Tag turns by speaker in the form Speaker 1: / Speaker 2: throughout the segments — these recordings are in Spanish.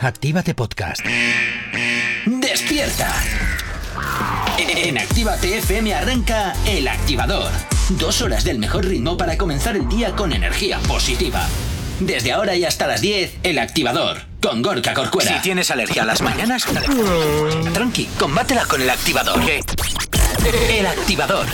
Speaker 1: Actívate Podcast.
Speaker 2: ¡Despierta! En Actívate FM arranca El Activador. Dos horas del mejor ritmo para comenzar el día con energía positiva. Desde ahora y hasta las 10, El Activador, con Gorka Corcuera.
Speaker 3: Si tienes alergia a las mañanas,
Speaker 2: tranqui, combátela con El Activador. El Activador.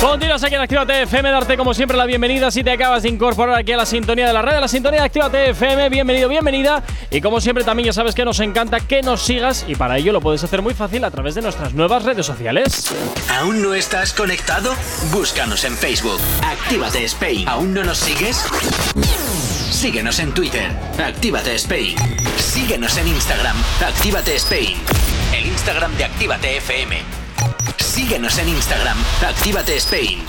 Speaker 4: Continuas aquí en Actívate FM, darte como siempre la bienvenida si te acabas de incorporar aquí a la sintonía de la red, a la sintonía de Actívate FM, bienvenido, bienvenida. Y como siempre también ya sabes que nos encanta que nos sigas y para ello lo puedes hacer muy fácil a través de nuestras nuevas redes sociales.
Speaker 2: ¿Aún no estás conectado? Búscanos en Facebook. Actívate Spain. ¿Aún no nos sigues? Síguenos en Twitter. Actívate Spain. Síguenos en Instagram. Actívate Spain. El Instagram de Actívate FM. Síguenos en Instagram, Actívate Spain.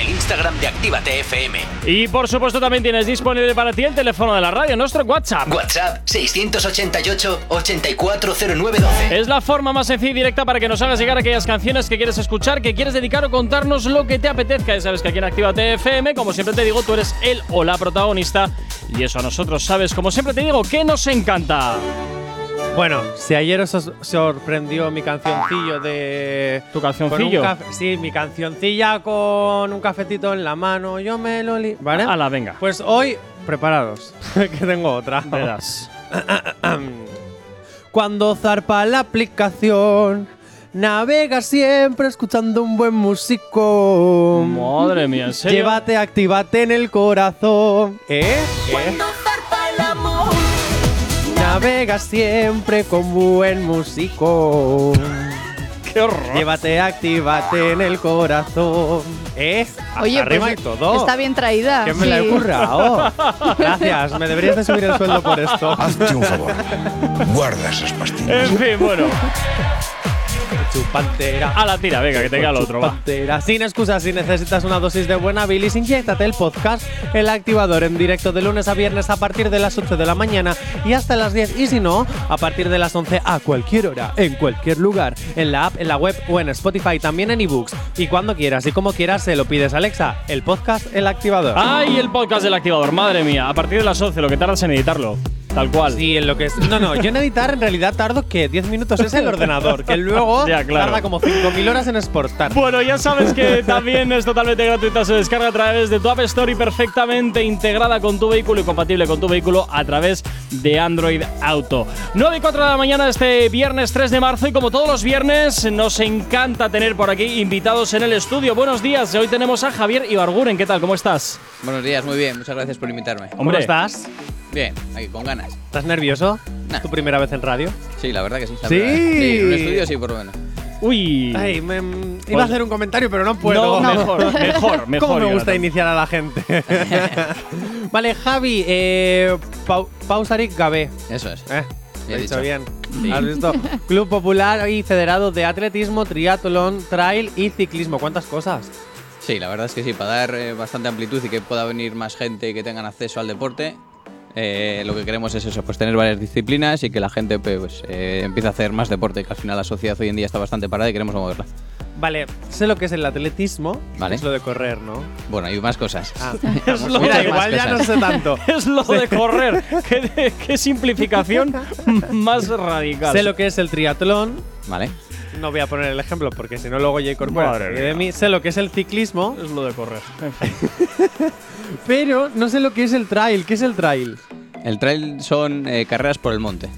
Speaker 2: El Instagram de Actívate FM.
Speaker 4: Y por supuesto también tienes disponible para ti el teléfono de la radio, nuestro WhatsApp.
Speaker 2: WhatsApp 688-840912.
Speaker 4: Es la forma más sencilla y directa para que nos hagas llegar aquellas canciones que quieres escuchar, que quieres dedicar o contarnos lo que te apetezca. Ya sabes que aquí en Actívate FM, como siempre te digo, tú eres el o la protagonista. Y eso a nosotros, sabes, como siempre te digo, que nos encanta.
Speaker 5: Bueno, si ayer os os sorprendió mi cancioncillo de.
Speaker 4: ¿Tu cancioncillo?
Speaker 5: con un caf- sí, mi cancioncilla con un cafetito en la mano. Yo me lo li. ¿Vale?
Speaker 4: Ala, venga.
Speaker 5: Pues hoy, preparados, que tengo otra.
Speaker 4: Verás.
Speaker 5: Cuando zarpa la aplicación, navega siempre escuchando un buen músico.
Speaker 4: Madre mía, en serio.
Speaker 5: Llévate, actívate en el corazón. ¿Eh? ¿Eh?
Speaker 6: Cuando zarpa el amor,
Speaker 5: Navega siempre con buen músico.
Speaker 4: ¡Qué horror!
Speaker 5: Llévate, actívate en el corazón. ¿Eh? Hasta
Speaker 7: Oye,
Speaker 5: arriba
Speaker 7: pues,
Speaker 5: y todo.
Speaker 7: está bien traída.
Speaker 5: Que me la he
Speaker 7: sí.
Speaker 5: currado. Gracias, me deberías de subir el sueldo por esto.
Speaker 8: Hazte un favor. Guarda esas pastillas.
Speaker 4: En fin, bueno.
Speaker 5: Chupantera.
Speaker 4: A la tira, venga, que tenga el otro, va.
Speaker 5: Chupantera. Pues Sin excusas, si necesitas una dosis de buena bilis, inyectate el podcast El Activador en directo de lunes a viernes a partir de las 8 de la mañana y hasta las 10. Y si no, a partir de las 11 a cualquier hora, en cualquier lugar, en la app, en la web o en Spotify, también en ebooks. Y cuando quieras y como quieras, se lo pides a Alexa, el podcast El Activador.
Speaker 4: ¡Ay, el podcast del activador! Madre mía, a partir de las 11, lo que tardas en editarlo. Tal cual.
Speaker 5: Sí, en lo que es. No, no, yo en editar en realidad tardo que 10 minutos es el ordenador, que luego
Speaker 4: Ya, claro.
Speaker 5: tarda como 5.000 horas en exportar.
Speaker 4: Bueno, ya sabes que también es totalmente gratuita su descarga a través de tu App Store y perfectamente integrada con tu vehículo y compatible con tu vehículo a través de Android Auto. 9 y 4 de la mañana este viernes 3 de marzo y como todos los viernes nos encanta tener por aquí invitados en el estudio. Buenos días, hoy tenemos a Javier Ibarguren. ¿Qué tal? ¿Cómo estás?
Speaker 9: Buenos días, muy bien, muchas gracias por invitarme.
Speaker 5: ¿Cómo estás?
Speaker 9: Bien, aquí con ganas.
Speaker 5: ¿Estás nervioso?
Speaker 9: Nah.
Speaker 5: ¿Tu primera vez en radio?
Speaker 9: Sí, la verdad que sí. la
Speaker 5: Sí.
Speaker 9: verdad. sí en un estudio sí, por lo menos.
Speaker 4: Uy.
Speaker 5: Ay, me, mm, iba a hacer un comentario, pero no puedo.
Speaker 4: No, mejor, mejor, mejor.
Speaker 5: ¿Cómo me gusta
Speaker 4: Jonathan.
Speaker 5: iniciar a la gente? vale, Javi, eh, Pau- Pausaric Gabé.
Speaker 9: Eso es.
Speaker 5: Eh, lo he
Speaker 9: Bien
Speaker 5: dicho
Speaker 9: dicho.
Speaker 5: bien.
Speaker 9: Sí.
Speaker 5: ¿Has visto? Club Popular y Federado de Atletismo, Triatlón, Trail y Ciclismo. ¿Cuántas cosas?
Speaker 9: Sí, la verdad es que sí, para dar eh, bastante amplitud y que pueda venir más gente y que tengan acceso al deporte, eh, lo que queremos es eso, pues tener varias disciplinas y que la gente pues, eh, empiece a hacer más deporte, que al final la sociedad hoy en día está bastante parada y queremos moverla.
Speaker 5: Vale, sé lo que es el atletismo,
Speaker 9: Vale.
Speaker 5: es lo de correr, ¿no?
Speaker 9: Bueno, hay más cosas.
Speaker 5: Ah.
Speaker 4: Es lo
Speaker 9: Muchas
Speaker 5: Mira,
Speaker 9: más
Speaker 5: igual ya no
Speaker 9: cosas.
Speaker 5: sé tanto.
Speaker 4: Es lo de correr. qué, qué simplificación más radical.
Speaker 5: sé lo que es el triatlón,
Speaker 9: Vale.
Speaker 5: no voy a poner el ejemplo porque si no luego J. Corcuera
Speaker 4: Madre
Speaker 5: se ríe de mí. Sé lo que es el ciclismo,
Speaker 4: es lo de correr.
Speaker 5: pero no sé lo que es el trail. ¿Qué es el trail?
Speaker 9: El trail son eh, carreras por el monte.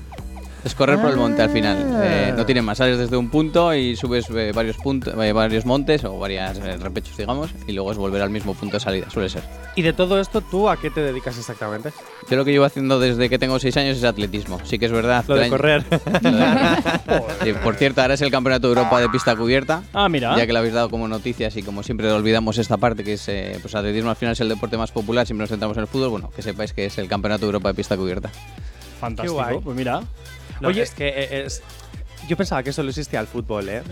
Speaker 9: Es correr por el monte al final. Eh, no tiene más, sales desde un punto y subes eh, varios, puntos, varios montes o varios repechos, digamos, y luego es volver al mismo punto de salida, suele ser.
Speaker 5: Y de todo esto, ¿tú a qué te dedicas exactamente?
Speaker 9: Yo lo que llevo haciendo desde que tengo 6 años es atletismo. Sí que es verdad. hace
Speaker 5: Lo de
Speaker 9: año-
Speaker 5: correr.
Speaker 9: Lo de correr. Sí, por cierto, ahora es el Campeonato de Europa de pista cubierta.
Speaker 4: Ah, mira.
Speaker 9: Ya que lo habéis dado como noticias y como siempre olvidamos esta parte, que es eh, pues atletismo al final es el deporte más popular, siempre nos centramos en el fútbol, bueno, que sepáis que es el Campeonato de Europa de pista cubierta.
Speaker 4: Fantástico.
Speaker 5: Qué guay.
Speaker 4: Pues mira.
Speaker 5: No,
Speaker 4: Oye,
Speaker 5: es que eh, es- Yo pensaba que solo existía el fútbol, ¿eh?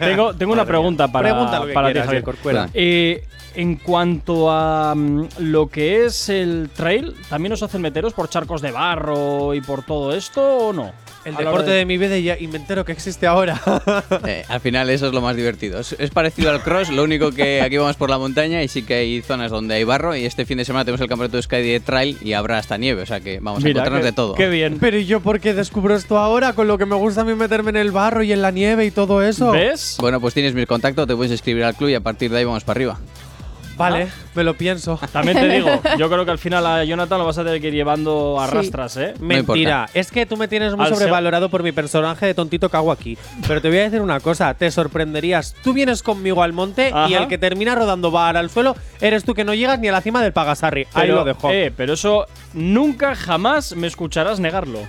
Speaker 4: Tengo, tengo una
Speaker 5: Madre
Speaker 4: pregunta
Speaker 5: mía.
Speaker 4: para,
Speaker 5: Pregunta lo que
Speaker 4: para
Speaker 5: quieras,
Speaker 4: ti, Javier.
Speaker 5: de Corcuera.
Speaker 4: Eh, en cuanto a mm, lo que es el trail, ¿también os hacen meteros por charcos de barro y por todo esto o no?
Speaker 5: El
Speaker 4: A la hora
Speaker 5: deporte de mi vida y ya- y me entero que existe ahora.
Speaker 9: Eh, al final eso es lo más divertido. Es, es parecido al cross, lo único que aquí vamos por la montaña y sí que hay zonas donde hay barro y este fin de semana tenemos el campeonato de Euskadi de trail y habrá hasta nieve, o sea que vamos a
Speaker 4: Mira,
Speaker 9: encontrarnos
Speaker 4: qué-
Speaker 9: de todo.
Speaker 4: Qué bien.
Speaker 5: Pero ¿y yo por qué descubro esto ahora? Con lo que me gusta a mí meterme en el barro y en la nieve y todo eso.
Speaker 4: ¿Ves?
Speaker 9: Bueno, pues tienes mi contacto, te puedes escribir al club y a partir de ahí vamos para arriba.
Speaker 5: Vale, me lo pienso.
Speaker 4: También te digo, yo creo que al final a Jonathan lo vas a tener que ir llevando a
Speaker 1: Sí.
Speaker 4: rastras, ¿eh?
Speaker 5: Mentira, es que tú me tienes muy
Speaker 4: Al ser-
Speaker 5: sobrevalorado por mi personaje de tontito que hago aquí. Pero te voy a decir una cosa, te sorprenderías. Tú vienes conmigo al monte y
Speaker 4: Ajá.
Speaker 5: el que termina rodando va al suelo eres tú que no llegas ni a la cima del Pagasarri. Ahí
Speaker 4: Pero,
Speaker 5: lo dejo.
Speaker 4: eh, pero eso nunca jamás me escucharás negarlo.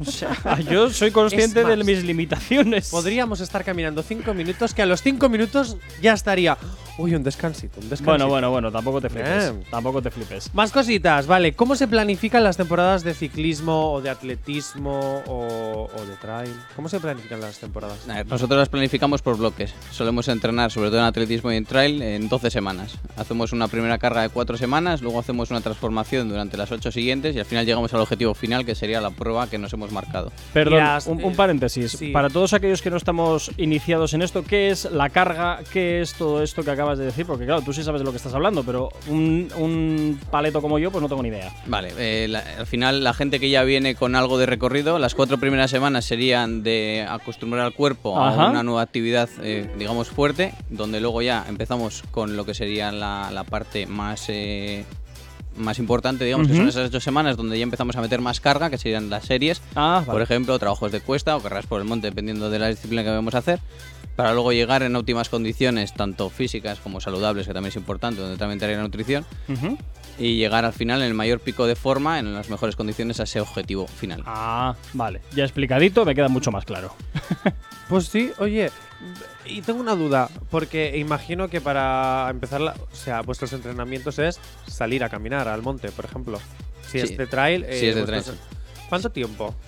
Speaker 4: O sea, yo soy consciente
Speaker 5: Es más,
Speaker 4: de mis limitaciones.
Speaker 5: Podríamos estar caminando cinco minutos, que a los cinco minutos ya estaría. Uy, un descansito, un descansito.
Speaker 4: Bueno, bueno, bueno, tampoco te flipes.
Speaker 5: Bien.
Speaker 4: Tampoco te flipes.
Speaker 5: Más cositas, vale. ¿Cómo se planifican las temporadas de ciclismo o de atletismo o, o de trail? ¿Cómo se planifican las temporadas?
Speaker 9: A ver, Nosotros las planificamos por bloques. Solemos entrenar, sobre todo en atletismo y en trail, en 12 semanas. Hacemos una primera carga de 4 semanas, luego hacemos una transformación durante las 8 siguientes y al final llegamos al objetivo final, que sería la prueba que nos hemos marcado.
Speaker 4: Perdón,
Speaker 5: Las-
Speaker 4: un, un paréntesis.
Speaker 5: sí.
Speaker 4: Para todos aquellos que no estamos iniciados en esto, ¿qué es la carga? ¿Qué es todo esto que acabas de decir? Porque claro, tú sí sabes de lo que estás hablando, pero un, un paleto como yo, pues no tengo ni idea.
Speaker 9: Vale, eh, la- al final la gente que ya viene con algo de recorrido, las cuatro primeras semanas serían de acostumbrar al cuerpo
Speaker 4: Ajá.
Speaker 9: a una nueva actividad, eh, digamos, fuerte, donde luego ya empezamos con lo que sería la, la parte más, eh, más importante, digamos, que son esas ocho semanas donde ya empezamos a meter más carga, que serían las series,
Speaker 4: Ah,
Speaker 9: por ejemplo, trabajos de cuesta o carreras por el monte, dependiendo de la disciplina que vamos a hacer, para luego llegar en óptimas condiciones, tanto físicas como saludables, que también es importante, donde también entraría la nutrición
Speaker 4: Ujú.
Speaker 9: y llegar al final en el mayor pico de forma, en las mejores condiciones, a ese objetivo final.
Speaker 4: Ah, vale. Ya explicadito, me queda mucho más claro.
Speaker 5: Pues sí, oye, y tengo una duda, porque imagino que para empezar, la- o sea, vuestros entrenamientos es salir a caminar al monte, por ejemplo. Si
Speaker 9: Sí.
Speaker 5: es de trail, eh,
Speaker 9: Si es de
Speaker 5: vuestros-
Speaker 9: trail,
Speaker 5: ¿Cuánto tiempo?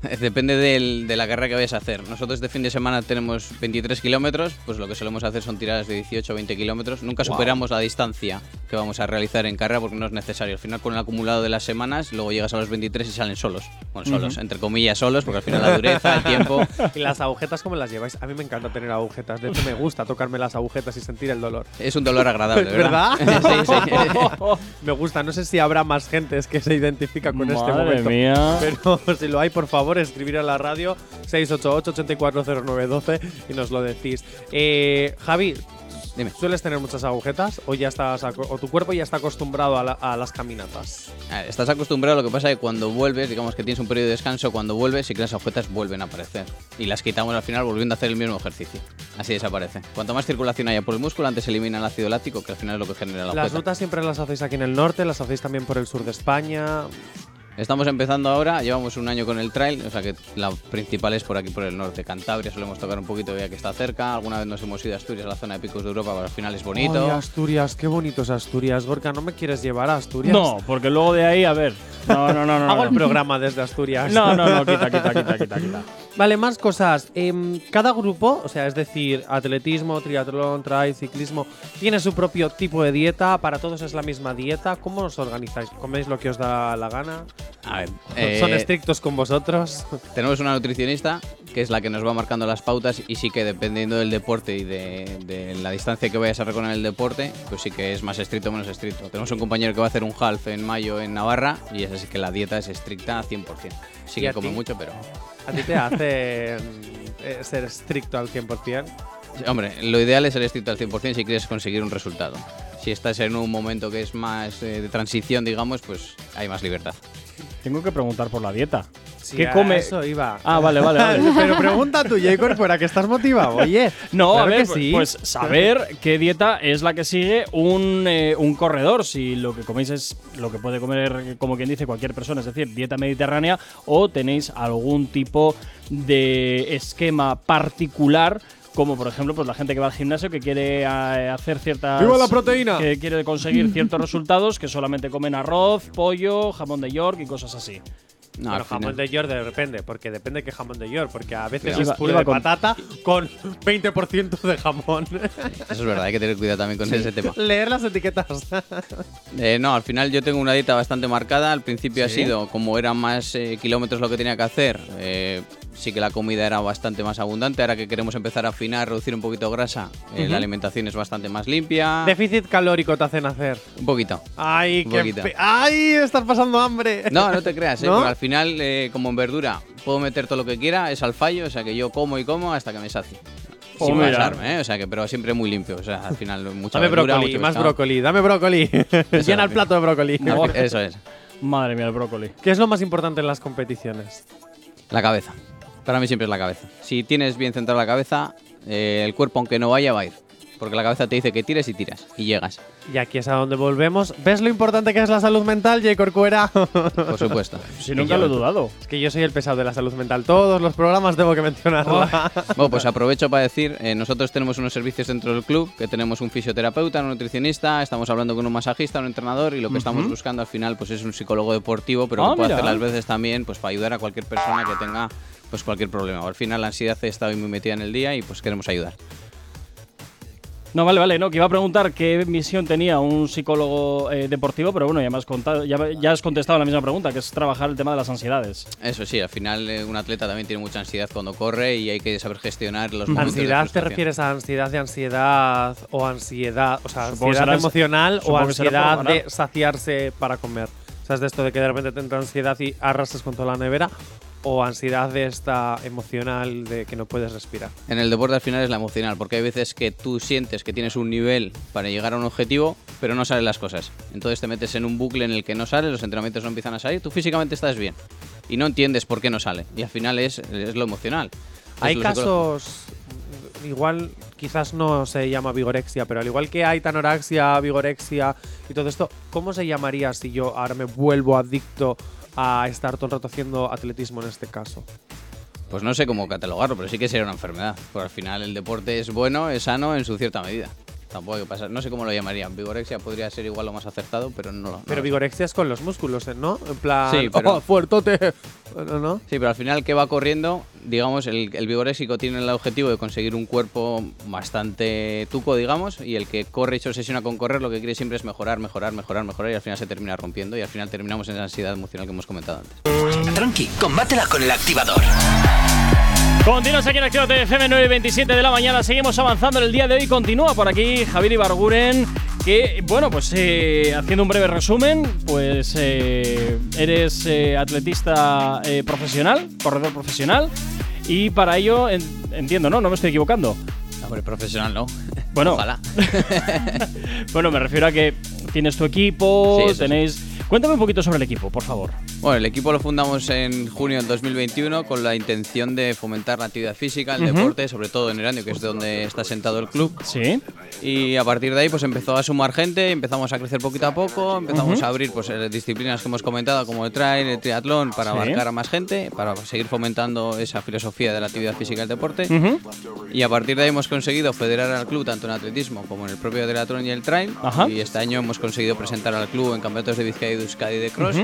Speaker 9: Depende del- de la carrera que vayas a hacer. Nosotros este fin de semana tenemos 23 kilómetros, pues lo que solemos hacer son tiradas de 18 o 20 kilómetros. Nunca superamos la distancia que vamos a realizar en carrera porque no es necesario. Al final con el acumulado de las semanas, luego llegas a los 23 y salen solos. Bueno, solos, entre comillas solos, porque al final la dureza, el tiempo...
Speaker 5: ¿Y las agujetas cómo las lleváis? A mí me encanta tener agujetas, de hecho me gusta tocarme las agujetas y sentir el dolor.
Speaker 9: Es un dolor agradable, ¿verdad?
Speaker 5: ¿Verdad?
Speaker 9: sí, sí.
Speaker 5: me gusta, no sé si habrá más gente que se identifica con este
Speaker 4: Madre
Speaker 5: momento.
Speaker 4: mía.
Speaker 5: Pero si lo hay, por favor, escribir a la radio 688-840912 y nos lo decís. Eh, Javi,
Speaker 9: Dime.
Speaker 5: ¿sueles tener muchas agujetas o, ya estás aco- o tu cuerpo ya está acostumbrado a, la- a las caminatas?
Speaker 9: A ver, Estás acostumbrado, lo que pasa es que cuando vuelves, digamos que tienes un periodo de descanso, cuando vuelves, si creas objetas vuelven a aparecer. Y las quitamos al final volviendo a hacer el mismo ejercicio. Así desaparece. Cuanto más circulación haya por el músculo, antes se elimina el ácido láctico, que al final es lo que genera la
Speaker 5: Las
Speaker 9: agujeta.
Speaker 5: rutas siempre las hacéis aquí en el norte, las hacéis también por el sur de España.
Speaker 9: Estamos empezando ahora, llevamos un año con el trail, o sea que la principal es por aquí, por el norte. Cantabria solemos tocar un poquito ya que está cerca. Alguna vez nos hemos ido a Asturias, a la zona de picos de Europa, pero al final es bonito.
Speaker 5: Ay, Asturias, qué bonito es Asturias. Gorka, ¿no me quieres llevar a Asturias?
Speaker 4: No, porque luego de ahí, a ver. No, no, no, no.
Speaker 5: Hago
Speaker 4: no.
Speaker 5: el programa desde Asturias.
Speaker 4: No, no, no, quita, quita, quita, quita, quita.
Speaker 5: Vale, más cosas. Em, cada grupo, o sea, es decir, atletismo, triatlón, trail, ciclismo, tiene su propio tipo de dieta. Para todos es la misma dieta. ¿Cómo os organizáis? ¿Coméis lo que os da la gana?
Speaker 9: A ver,
Speaker 5: ¿Son
Speaker 9: eh,
Speaker 5: estrictos con vosotros?
Speaker 9: Tenemos una nutricionista que es la que nos va marcando las pautas y sí que dependiendo del deporte y de, de la distancia que vayas a recorrer en el deporte, pues sí que es más estricto o menos estricto. Tenemos un compañero que va a hacer un half en mayo en Navarra y es así que la dieta es estricta a 100%. Sí
Speaker 5: ¿Y a
Speaker 9: que come
Speaker 5: ti?
Speaker 9: mucho, pero...
Speaker 5: ¿A ti te hace em, eh, ser estricto al 100%?
Speaker 9: Hombre, lo ideal es ser estricto al 100% si quieres conseguir un resultado. Si estás en un momento que es más eh, de transición, digamos, pues hay más libertad.
Speaker 4: Tengo que preguntar por la dieta.
Speaker 5: Sí,
Speaker 4: ¿Qué
Speaker 5: a
Speaker 4: come?
Speaker 5: Eso iba.
Speaker 4: Ah, vale, vale, vale.
Speaker 5: Pero pregunta tú, Jacob, fuera que estás motivado, oye.
Speaker 4: No,
Speaker 5: Claro
Speaker 4: a ver,
Speaker 5: que sí.
Speaker 4: pues saber qué dieta es la que sigue un, eh, un corredor, si lo que coméis es lo que puede comer, como quien dice, cualquier persona, es decir, dieta mediterránea, o tenéis algún tipo de esquema particular. Como por ejemplo, pues la gente que va al gimnasio que quiere eh, hacer ciertas.
Speaker 5: ¡Viva la proteína!
Speaker 4: Que quiere conseguir ciertos resultados que solamente comen arroz, pollo, jamón de York y cosas así.
Speaker 9: No,
Speaker 5: pero
Speaker 9: al final.
Speaker 5: jamón de york de repente, porque depende qué jamón de york, porque a veces
Speaker 4: Iba-
Speaker 5: es puré
Speaker 4: iba
Speaker 5: de
Speaker 4: con-
Speaker 5: patata con 20% de jamón.
Speaker 9: Eso es verdad, hay que tener cuidado también con ese tema.
Speaker 5: Leer las etiquetas. Ah.
Speaker 9: Eh, no, al final yo tengo una dieta bastante marcada. Al principio ha sido, como eran más eh, kilómetros lo que tenía que hacer, eh, sí que la comida era bastante más abundante. Ahora que queremos empezar a afinar, reducir un poquito grasa, eh, la alimentación es bastante más limpia.
Speaker 5: Déficit calórico te hacen hacer.
Speaker 9: un poquito.
Speaker 5: Ay,
Speaker 9: Un
Speaker 5: qué
Speaker 9: poquito.
Speaker 5: fe- Ay, estás pasando hambre.
Speaker 9: No, no te creas, ¿eh?
Speaker 5: ¿No?
Speaker 9: porque al final, eh, como en verdura, puedo meter todo lo que quiera, es al fallo, o sea que yo como y como hasta que me sacie.
Speaker 4: Oh,
Speaker 9: Sin
Speaker 4: mira.
Speaker 9: pasarme, ¿eh? O sea que, pero siempre muy limpio, o sea, al final mucha
Speaker 5: Dame
Speaker 9: verdura,
Speaker 5: brócoli,
Speaker 9: mucho
Speaker 5: más
Speaker 9: pescado.
Speaker 5: brócoli, dame brócoli. Llena el
Speaker 9: bien.
Speaker 5: plato de brócoli.
Speaker 9: Al fin- Eso es,
Speaker 4: Madre mía, el brócoli.
Speaker 5: ¿Qué es lo más importante en las competiciones?
Speaker 9: la cabeza. Para mí siempre es la cabeza. Si tienes bien centrada la cabeza, eh, el cuerpo aunque no vaya va a ir. Porque la cabeza te dice que tires y tiras y llegas,
Speaker 5: Y aquí es a donde volvemos. ¿Ves lo importante que es la salud mental, J. Corcuera?
Speaker 9: por supuesto.
Speaker 4: Si nunca lo he dudado.
Speaker 5: es que yo soy el pesado de la salud mental. Todos los programas tengo que
Speaker 4: Oh,
Speaker 5: mencionarla.
Speaker 9: Bueno, pues aprovecho para decir, eh, nosotros tenemos unos servicios dentro del club, que tenemos un fisioterapeuta, un nutricionista, estamos hablando con un masajista, un entrenador y lo que estamos buscando al final pues es un psicólogo deportivo, pero
Speaker 4: Ah,
Speaker 9: que pueda
Speaker 4: mira.
Speaker 9: hacer las veces también pues para ayudar a cualquier persona que tenga pues cualquier problema. Al final la ansiedad está hoy muy metida en el día y pues queremos ayudar.
Speaker 4: No, vale, vale, no, que iba a preguntar qué misión tenía un psicólogo eh, deportivo, pero bueno, ya, me has contado, ya, ya has contestado la misma pregunta, que es trabajar el tema de las ansiedades.
Speaker 9: Eso sí, al final eh, un atleta también tiene mucha ansiedad cuando corre y hay que saber gestionar los momentos de
Speaker 5: ¿Ansiedad te
Speaker 9: frustración.
Speaker 5: refieres a ansiedad de ansiedad o ansiedad, o sea,
Speaker 4: Supongo que
Speaker 5: ansiedad
Speaker 4: será-
Speaker 5: emocional o
Speaker 4: supongo que será por
Speaker 5: ansiedad
Speaker 4: ganar.
Speaker 5: de saciarse para comer? O sea, es de esto de que de repente te entra ansiedad y arrastras con toda la nevera o ansiedad de esta emocional de que no puedes respirar.
Speaker 9: En el deporte al final es la emocional, porque hay veces que tú sientes que tienes un nivel para llegar a un objetivo, pero no salen las cosas. Entonces te metes en un bucle en el que no sale, los entrenamientos no empiezan a salir, tú físicamente estás bien y no entiendes por qué no sale. Y al final es, es lo emocional. Entonces,
Speaker 5: Hay
Speaker 9: los psicólogos-
Speaker 5: casos, igual, quizás no se llama vigorexia, pero al igual que hay tanoraxia, vigorexia y todo esto, ¿cómo se llamaría si yo ahora me vuelvo adicto a estar todo el rato haciendo atletismo en este caso?
Speaker 9: Pues no sé cómo catalogarlo, pero sí que sería una enfermedad. Porque al final el deporte es bueno, es sano en su cierta medida. Tampoco hay que pasar, no sé cómo lo llamarían. Vigorexia podría ser igual lo más acertado, pero no lo. no
Speaker 4: Ah.
Speaker 5: Pero
Speaker 9: lo sé.
Speaker 5: vigorexia es con los músculos, ¿eh? ¿no? En plan,
Speaker 9: Sí, pero-
Speaker 5: ¡oh, fuertote! Bueno, ¿No?
Speaker 9: Sí, pero al final que va corriendo, digamos, el, el vigorésico tiene el objetivo de conseguir un cuerpo bastante tuco, digamos, y el que corre y se obsesiona con correr lo que quiere siempre es mejorar, mejorar, mejorar, mejorar, y al final se termina rompiendo y al final terminamos en esa ansiedad emocional que hemos comentado antes.
Speaker 2: Tranqui, combátela con el activador.
Speaker 4: Continuamos aquí en Actívate FM 9 y 27 de la mañana. Seguimos avanzando en el día de hoy. Continúa por aquí Javier Ibarguren. Que, bueno, pues eh, haciendo un breve resumen, pues eh, eres eh, atletista eh, profesional, corredor profesional. Y para ello, en- entiendo, ¿no? No me estoy equivocando.
Speaker 9: Hombre, profesional no.
Speaker 4: Bueno.
Speaker 9: Ojalá.
Speaker 4: Bueno, me refiero a que tienes tu equipo,
Speaker 9: Sí, eso
Speaker 4: tenéis. Cuéntame un poquito sobre el equipo, por favor.
Speaker 9: Bueno, el equipo lo fundamos en junio del 2021 con la intención de fomentar la actividad física, el deporte, sobre todo en Erandio, que es donde está sentado el club.
Speaker 4: Sí.
Speaker 9: Y a partir de ahí pues empezó a sumar gente, empezamos a crecer poquito a poco, empezamos a abrir pues eh, disciplinas que hemos comentado como el trail, el triatlón para
Speaker 4: Sí.
Speaker 9: abarcar a más gente, para seguir fomentando esa filosofía de la actividad física y el deporte. Y a partir de ahí hemos conseguido federar al club tanto en atletismo como en el propio triatlón y el trail.
Speaker 4: Ajá.
Speaker 9: Y este año hemos conseguido presentar al club en campeonatos de Vizcaya y de Euskadi de cross.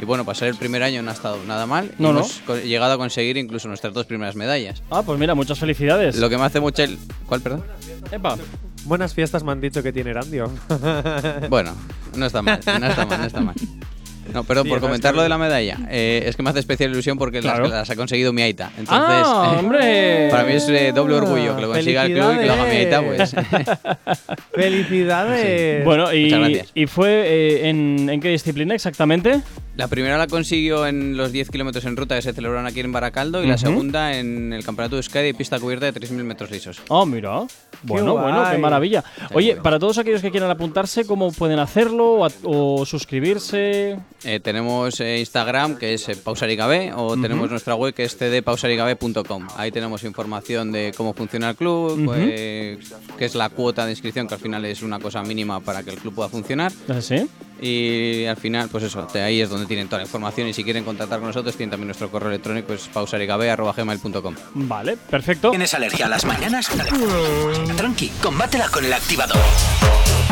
Speaker 9: Y bueno, pasar el primer año no ha estado nada mal. y
Speaker 4: No, no.
Speaker 9: hemos co- llegado a conseguir incluso nuestras dos primeras medallas.
Speaker 4: Ah, pues mira, muchas felicidades.
Speaker 9: Lo que me hace mucho el... ¿Cuál, perdón?
Speaker 4: Epa.
Speaker 5: Buenas fiestas me han dicho que tiene Erandio.
Speaker 9: Bueno, no está mal, no está mal, no está mal. No, perdón,
Speaker 5: Sí,
Speaker 9: por
Speaker 5: no,
Speaker 9: comentar
Speaker 5: está
Speaker 9: lo de
Speaker 5: bien.
Speaker 9: la medalla. Eh, es que me hace especial ilusión porque las-
Speaker 4: Claro.
Speaker 9: las, ha conseguido mi aita. Entonces, eh,
Speaker 4: ¡Ah, hombre!
Speaker 9: para mí es eh, doble orgullo que lo consiga el club y que lo haga mi aita, pues.
Speaker 5: ¡Felicidades!
Speaker 4: Bueno, y,
Speaker 9: Muchas gracias.
Speaker 4: y fue eh, en, en qué disciplina exactamente?
Speaker 9: la primera la consiguió en los 10 kilómetros en ruta que se celebraron aquí en Baracaldo y la segunda en el Campeonato de Euskadi de pista cubierta de 3.000 metros lisos.
Speaker 4: Oh, mira. Bueno,
Speaker 5: guay.
Speaker 4: bueno, qué maravilla. Oye,
Speaker 9: bueno.
Speaker 4: para todos aquellos que quieran apuntarse, ¿cómo pueden hacerlo? ¿O, a- o suscribirse?
Speaker 9: Eh, tenemos eh, Instagram, que es eh, pausarigabe, o tenemos nuestra web, que es cdpausarigabe.com. Ahí tenemos información de cómo funciona el club, eh, qué es la cuota de inscripción, que al final es una cosa mínima para que el club pueda funcionar.
Speaker 4: ¿No sé si?
Speaker 9: Y al final, pues eso, te- ahí es donde tienen toda la información. Y si quieren contactar con nosotros, tienen también nuestro correo electrónico, es pausarigabe.gmail.com.
Speaker 4: Vale, perfecto.
Speaker 2: ¿Tienes alergia a las mañanas? Tranqui, combátela con el activador.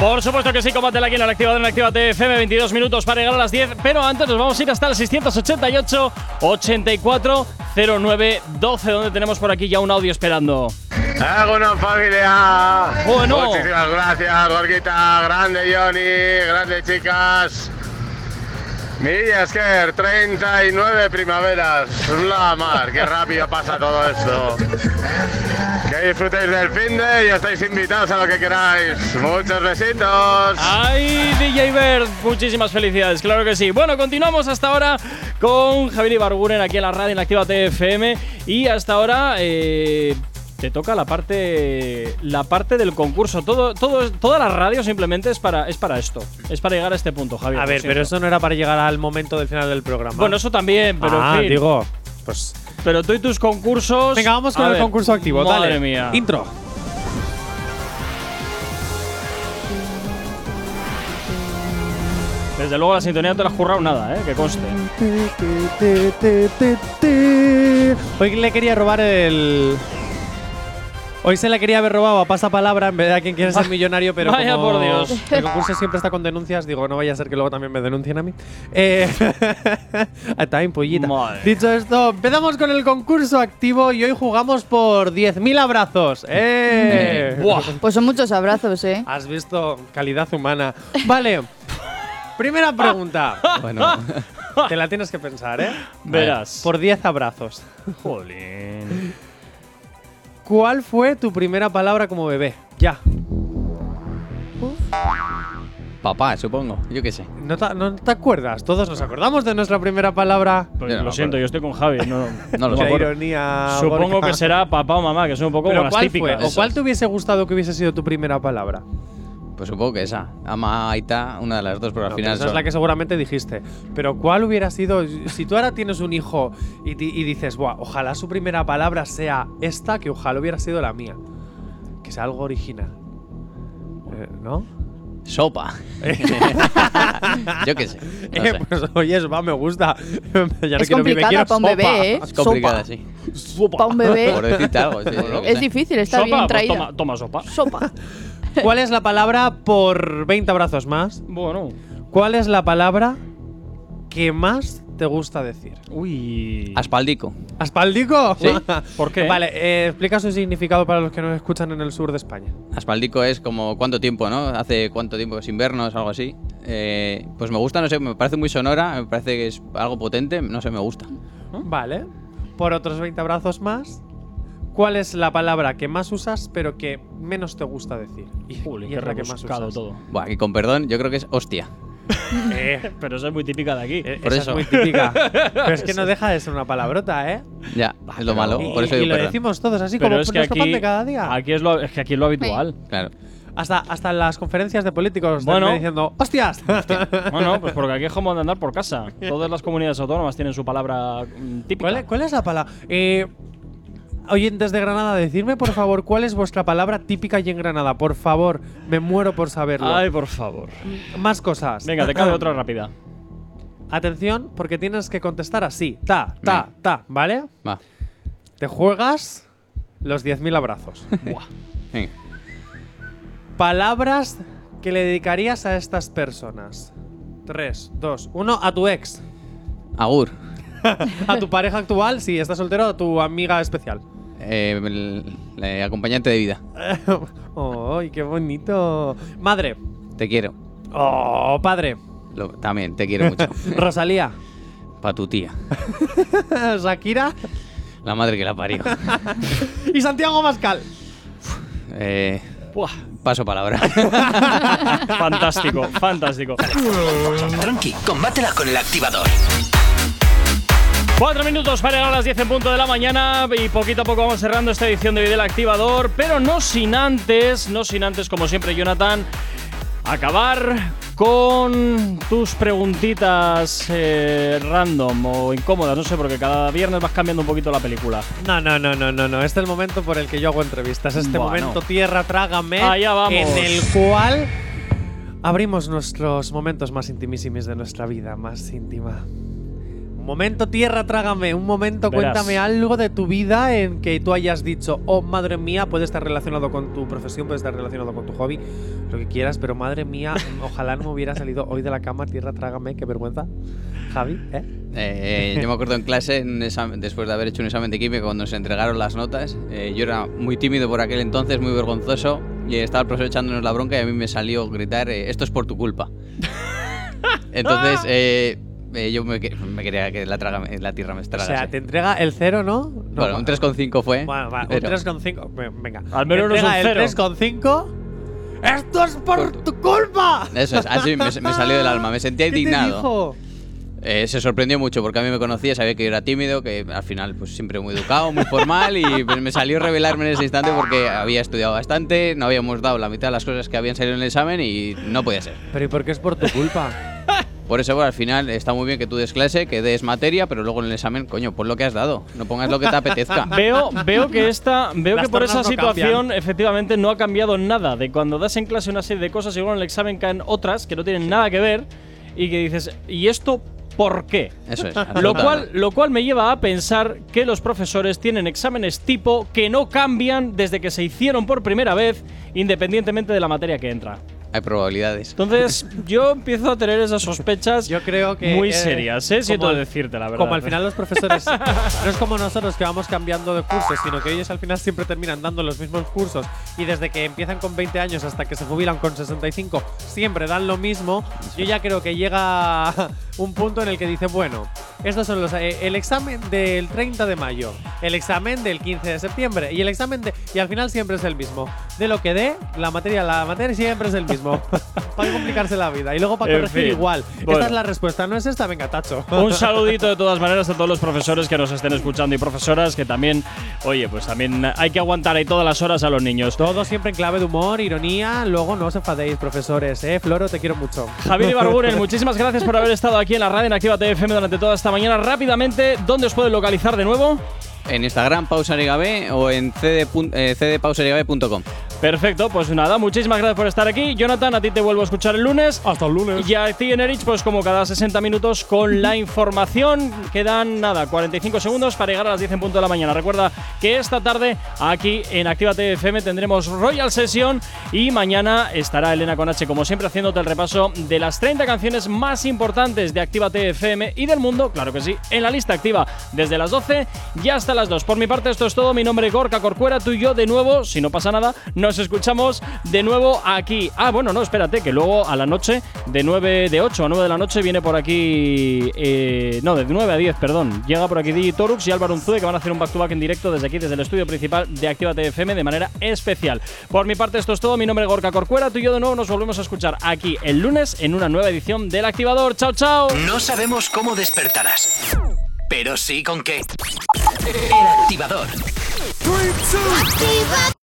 Speaker 4: Por supuesto que sí, combátela aquí en el activador en Actívate FM, 22 minutos para llegar a las 10, pero antes nos vamos a ir hasta el 688 84 09 12, donde tenemos por aquí ya un audio esperando.
Speaker 1: ¡Alguna familia!
Speaker 4: Bueno.
Speaker 1: Muchísimas gracias, Gorguita. Grande Johnny, grande chicas. Mirilla Esquer, 39 primaveras. La mar, qué rápido pasa todo esto. Que disfrutéis del fin de y estáis invitados a lo que queráis. Muchos besitos.
Speaker 4: Ah, ¡Ay, DJ Bird! Muchísimas felicidades, claro que sí. Bueno, continuamos hasta ahora con Javier Ibarguren aquí en la radio en Actívate FM. Y hasta ahora eh, te toca la parte la parte del concurso. Todo, todo, toda la radio simplemente es para, es para esto. Es para llegar a este punto, Javier.
Speaker 5: A
Speaker 4: lo
Speaker 5: ver,
Speaker 4: siento.
Speaker 5: pero eso no era para llegar al momento del final del programa.
Speaker 4: Bueno, eso también, pero
Speaker 5: ah,
Speaker 4: en fin.
Speaker 5: digo, pues
Speaker 4: Pero tú y tus concursos.
Speaker 5: Venga, vamos con
Speaker 4: A
Speaker 5: el
Speaker 4: ver,
Speaker 5: concurso activo.
Speaker 4: Madre
Speaker 5: dale.
Speaker 4: mía.
Speaker 5: Intro.
Speaker 4: Desde luego la sintonía no te la has currado nada, ¿eh? Que conste.
Speaker 5: Hoy le quería robar el. Hoy se la quería haber robado a pasapalabra en vez de a quien quiere ser millonario, pero.
Speaker 4: vaya
Speaker 5: como
Speaker 4: por Dios.
Speaker 5: El concurso siempre está con denuncias, digo, no vaya a ser que luego también me denuncien a mí. Eh, está bien, pollita.
Speaker 4: Madre.
Speaker 5: Dicho esto, empezamos con el concurso activo y hoy jugamos por 10.000 abrazos. ¡Eh!
Speaker 4: Buah.
Speaker 3: Pues son muchos abrazos, ¿eh?
Speaker 5: Has visto calidad humana. Vale. Primera pregunta.
Speaker 9: Bueno,
Speaker 5: Te la tienes que pensar, ¿eh?
Speaker 4: Verás.
Speaker 5: Por 10 abrazos.
Speaker 4: Jolín.
Speaker 5: ¿Cuál fue tu primera palabra como bebé? Ya.
Speaker 9: papá, supongo. Yo qué sé.
Speaker 5: ¿No te, no te acuerdas? Todos nos acordamos de nuestra primera palabra.
Speaker 4: Pues
Speaker 9: Yo no
Speaker 4: lo
Speaker 9: me
Speaker 4: siento, yo estoy con Javi. No,
Speaker 9: No lo
Speaker 4: me
Speaker 9: sé.
Speaker 5: Qué
Speaker 4: acuerdo.
Speaker 5: ironía.
Speaker 4: Supongo
Speaker 5: Gorka.
Speaker 4: que será papá o mamá, que son un poco como
Speaker 5: Pero
Speaker 4: las
Speaker 5: ¿cuál fue?
Speaker 4: típicas.
Speaker 5: ¿O cuál te hubiese gustado que hubiese sido tu primera palabra?
Speaker 9: Pues supongo que esa. Ama, Aita, una de las dos, pero al
Speaker 5: No,
Speaker 9: final
Speaker 5: esa es
Speaker 9: son-
Speaker 5: la que seguramente dijiste. Pero ¿cuál hubiera sido? Si tú ahora tienes un hijo y, di- y dices, Buah, ojalá su primera palabra sea esta, que ojalá hubiera sido la mía. Que sea algo original. Eh, ¿No?
Speaker 9: Sopa. yo qué sé. No
Speaker 5: Eh,
Speaker 9: sé.
Speaker 5: pues oye, eso va, me gusta. Ya no quiero
Speaker 3: Es
Speaker 5: vive,
Speaker 3: complicada
Speaker 5: quiero
Speaker 3: para un
Speaker 5: sopa. Eh.
Speaker 3: bebé, ¿eh?
Speaker 9: Es complicada, sí.
Speaker 3: Para un bebé
Speaker 9: Por decirte algo. sí, yo qué
Speaker 3: es
Speaker 9: sé.
Speaker 3: difícil, está
Speaker 4: sopa,
Speaker 3: bien
Speaker 4: pues
Speaker 3: traída.
Speaker 4: toma, toma sopa.
Speaker 3: Sopa.
Speaker 5: ¿Cuál es la palabra por 20 abrazos más?
Speaker 4: Bueno.
Speaker 5: ¿Cuál es la palabra que más te gusta decir?
Speaker 4: Uy.
Speaker 9: Aspaldico.
Speaker 5: ¿Aspaldico?
Speaker 9: Sí.
Speaker 4: ¿Por qué?
Speaker 5: Vale, eh, explica su significado para los que nos escuchan en el sur de España.
Speaker 9: Aspaldico es como cuánto tiempo, ¿no? Hace cuánto tiempo sin vernos, algo así. Eh, pues me gusta, no sé, me parece muy sonora, me parece que es algo potente, no sé, me gusta.
Speaker 5: Vale. Por otros 20 abrazos más. ¿Cuál es la palabra que más usas pero que menos te gusta decir? Y,
Speaker 4: Jolín,
Speaker 5: y
Speaker 4: qué
Speaker 5: es la que más
Speaker 4: rebuscado
Speaker 5: usas.
Speaker 4: todo.
Speaker 9: Buah, y con perdón, yo creo que es hostia.
Speaker 5: Eh,
Speaker 4: Pero eso es muy típica de aquí.
Speaker 5: eh,
Speaker 9: Por
Speaker 5: esa
Speaker 9: eso.
Speaker 5: es muy típica. Pero es que no deja de ser una palabrota, ¿eh?
Speaker 9: Ya, es lo malo,
Speaker 5: Y,
Speaker 9: por eso
Speaker 5: y
Speaker 9: digo
Speaker 5: lo
Speaker 9: perdón.
Speaker 5: decimos todos así
Speaker 4: Pero
Speaker 5: como
Speaker 4: es que
Speaker 5: nos copan
Speaker 4: aquí,
Speaker 5: de cada día.
Speaker 4: aquí es lo, es que aquí es lo habitual.
Speaker 9: Claro.
Speaker 5: Hasta, hasta en las conferencias de políticos
Speaker 4: Bueno.
Speaker 5: terminan diciendo ¡Hostias!
Speaker 4: Bueno, pues porque aquí es como de andar por casa. Todas las comunidades autónomas tienen su palabra mm, típica.
Speaker 5: ¿Cuál, es- cuál es la palabra? Eh, oyentes de Granada, decidme por favor cuál es vuestra palabra típica y en Granada. Por favor, me muero por saberlo.
Speaker 4: Ay, por favor.
Speaker 5: Más cosas.
Speaker 4: Venga, te cabe otra rápida.
Speaker 5: Atención, porque tienes que contestar así. Ta, ta, ta, ¿vale?
Speaker 9: Va.
Speaker 5: Te juegas los 10.000 abrazos.
Speaker 9: Venga.
Speaker 5: Palabras que le dedicarías a estas personas. 3, 2, 1, a tu ex.
Speaker 9: Agur.
Speaker 5: A tu pareja actual, si estás soltero, a tu amiga especial.
Speaker 9: Eh, el- el acompañante de vida.
Speaker 5: ¡Ay, qué bonito! Madre.
Speaker 9: Te quiero.
Speaker 5: ¡Oh, padre!
Speaker 9: Lo- también, te quiero mucho.
Speaker 5: Rosalía.
Speaker 9: Pa' tu tía.
Speaker 5: Shakira.
Speaker 9: La madre que la parió.
Speaker 5: Y Santiago Mascal.
Speaker 9: Eh, paso palabra.
Speaker 4: Fantástico, fantástico.
Speaker 2: Tranqui, combátela con el activador.
Speaker 4: Cuatro minutos para llegar a las 10 en punto de la mañana y poquito a poco vamos cerrando esta edición de Videl Activador, pero no sin antes, no sin antes, como siempre, Jonathan, acabar con tus preguntitas eh, random o incómodas, no sé, porque cada viernes vas cambiando un poquito la película.
Speaker 5: No, no, no, no, no, no. Este es el momento por el que yo hago entrevistas. Este
Speaker 4: Bueno.
Speaker 5: momento, tierra, trágame.
Speaker 4: Allá vamos.
Speaker 5: En el cual abrimos nuestros momentos más intimísimos de nuestra vida, más íntima. momento tierra, trágame. Un momento,
Speaker 4: Verás.
Speaker 5: cuéntame algo de tu vida en que tú hayas dicho, oh madre mía, puede estar relacionado con tu profesión, puede estar relacionado con tu hobby, lo que quieras, pero madre mía, ojalá no me hubiera salido hoy de la cama, tierra, trágame, qué vergüenza. Javi, ¿eh?
Speaker 9: Eh, yo me acuerdo en clase, en un examen- después de haber hecho un examen de química, cuando se entregaron las notas, eh, yo era muy tímido por aquel entonces, muy vergonzoso, y estaba el profesor echándonos la bronca y a mí me salió gritar, eh, esto es por tu culpa. entonces,
Speaker 5: Ah.
Speaker 9: eh, eh, yo me, que- me quería que la, traga- la tierra me
Speaker 5: O
Speaker 9: estragase.
Speaker 5: sea, te entrega el cero, ¿no? No,
Speaker 9: bueno, un 3,5 fue.
Speaker 5: Bueno, va, un
Speaker 9: pero-
Speaker 5: 3,5. Ve- Venga.
Speaker 4: Al menos no es
Speaker 5: Entrega
Speaker 4: un
Speaker 5: el
Speaker 4: cero.
Speaker 5: 3,5. ¡Esto es por tu culpa!
Speaker 9: Eso es, así me, Eh, me salió del alma, me sentía
Speaker 5: ¿Qué te
Speaker 9: indignado.
Speaker 5: dijo?
Speaker 9: Eh, se sorprendió mucho porque a mí me conocía, sabía que yo era tímido, que al final pues siempre muy educado, muy formal y pues, me salió revelarme en ese instante porque había estudiado bastante, no habíamos dado la mitad de las cosas que habían salido en el examen y no podía ser.
Speaker 5: Pero ¿y por qué es por tu culpa?
Speaker 9: Por eso bueno, al final está muy bien que tú des clase, que des materia, pero luego en el examen, coño, pon lo que has dado, no pongas lo que te apetezca.
Speaker 4: Veo, veo que esta, veo
Speaker 5: Las
Speaker 4: que por esa
Speaker 5: tornas no
Speaker 4: situación
Speaker 5: cambian.
Speaker 4: efectivamente no ha cambiado nada. De cuando das en clase una serie de cosas y luego en el examen caen otras que no tienen nada que ver y que dices, ¿y esto por qué?
Speaker 9: Eso es.
Speaker 4: Lo
Speaker 9: absolutamente.
Speaker 4: cual, lo cual me lleva a pensar que los profesores tienen exámenes tipo que no cambian desde que se hicieron por primera vez, independientemente de la materia que entra.
Speaker 9: Hay probabilidades.
Speaker 4: Entonces, yo empiezo a tener esas sospechas
Speaker 5: Yo creo que.
Speaker 4: muy
Speaker 5: eh,
Speaker 4: serias, ¿eh? Siento
Speaker 5: como-
Speaker 4: decirte la verdad. ¿eh?
Speaker 5: Como al final los profesores no es como nosotros que vamos cambiando de cursos, sino que ellos al final siempre terminan dando los mismos cursos y desde que empiezan con 20 años hasta que se jubilan con 65 siempre dan lo mismo. Yo ya creo que llega un punto en el que dice, bueno, estos son los eh, el examen del 30 de mayo, el examen del 15 de septiembre y el examen de y al final siempre es el mismo. De lo que dé, la materia la materia siempre es el mismo. para complicarse la vida y luego para
Speaker 4: En
Speaker 5: corregir
Speaker 4: fin.
Speaker 5: igual.
Speaker 4: Bueno.
Speaker 5: Esta es la respuesta, no es esta, venga, tacho.
Speaker 4: Un saludito de todas maneras a todos los profesores que nos estén escuchando y profesoras que también, oye, pues también hay que aguantar ahí todas las horas a los niños.
Speaker 5: Todo siempre en clave de humor, ironía. Luego no os enfadéis, profesores. ¿eh? Floro, te quiero mucho.
Speaker 4: Javier Ibarguren, muchísimas gracias por haber estado aquí en la radio en Activa FM durante toda esta mañana. Rápidamente, ¿dónde os pueden localizar de nuevo?
Speaker 9: En Instagram, pausarigabe o en cd pun- eh, cdpausarigabe.com.
Speaker 4: Perfecto, pues nada, muchísimas gracias por estar aquí. Jonathan, a ti te vuelvo a escuchar el lunes.
Speaker 5: Hasta el lunes.
Speaker 4: Y a ti, Enerich, pues como cada 60 minutos con la información. Quedan nada, 45 segundos para llegar a las 10 en punto de la mañana. Recuerda que esta tarde aquí en Actívate FM tendremos Royal Session y mañana estará Elena Conache, como siempre, haciéndote el repaso de las 30 canciones más importantes de Actívate FM y del mundo, claro que sí, en la lista activa desde las 12 y hasta las 2. Por mi parte, esto es todo. Mi nombre es Gorka Corcuera, tú y yo de nuevo, si no pasa nada, nos escuchamos de nuevo aquí. Ah, bueno, no, espérate, que luego a la noche, de 9 de 8 a 9 de la noche, viene por aquí. eh, no, de 9 a 10, perdón. Llega por aquí Digi Torux y Álvaro Unzue, que van a hacer un back to back en directo desde aquí, desde el estudio principal de Activa FM de manera especial. Por mi parte, esto es todo. Mi nombre es Gorka Corcuera, tú y yo de nuevo nos volvemos a escuchar aquí el lunes en una nueva edición del Activador. ¡Chao, chao!
Speaker 2: No sabemos cómo despertarás, pero sí con qué. El activador.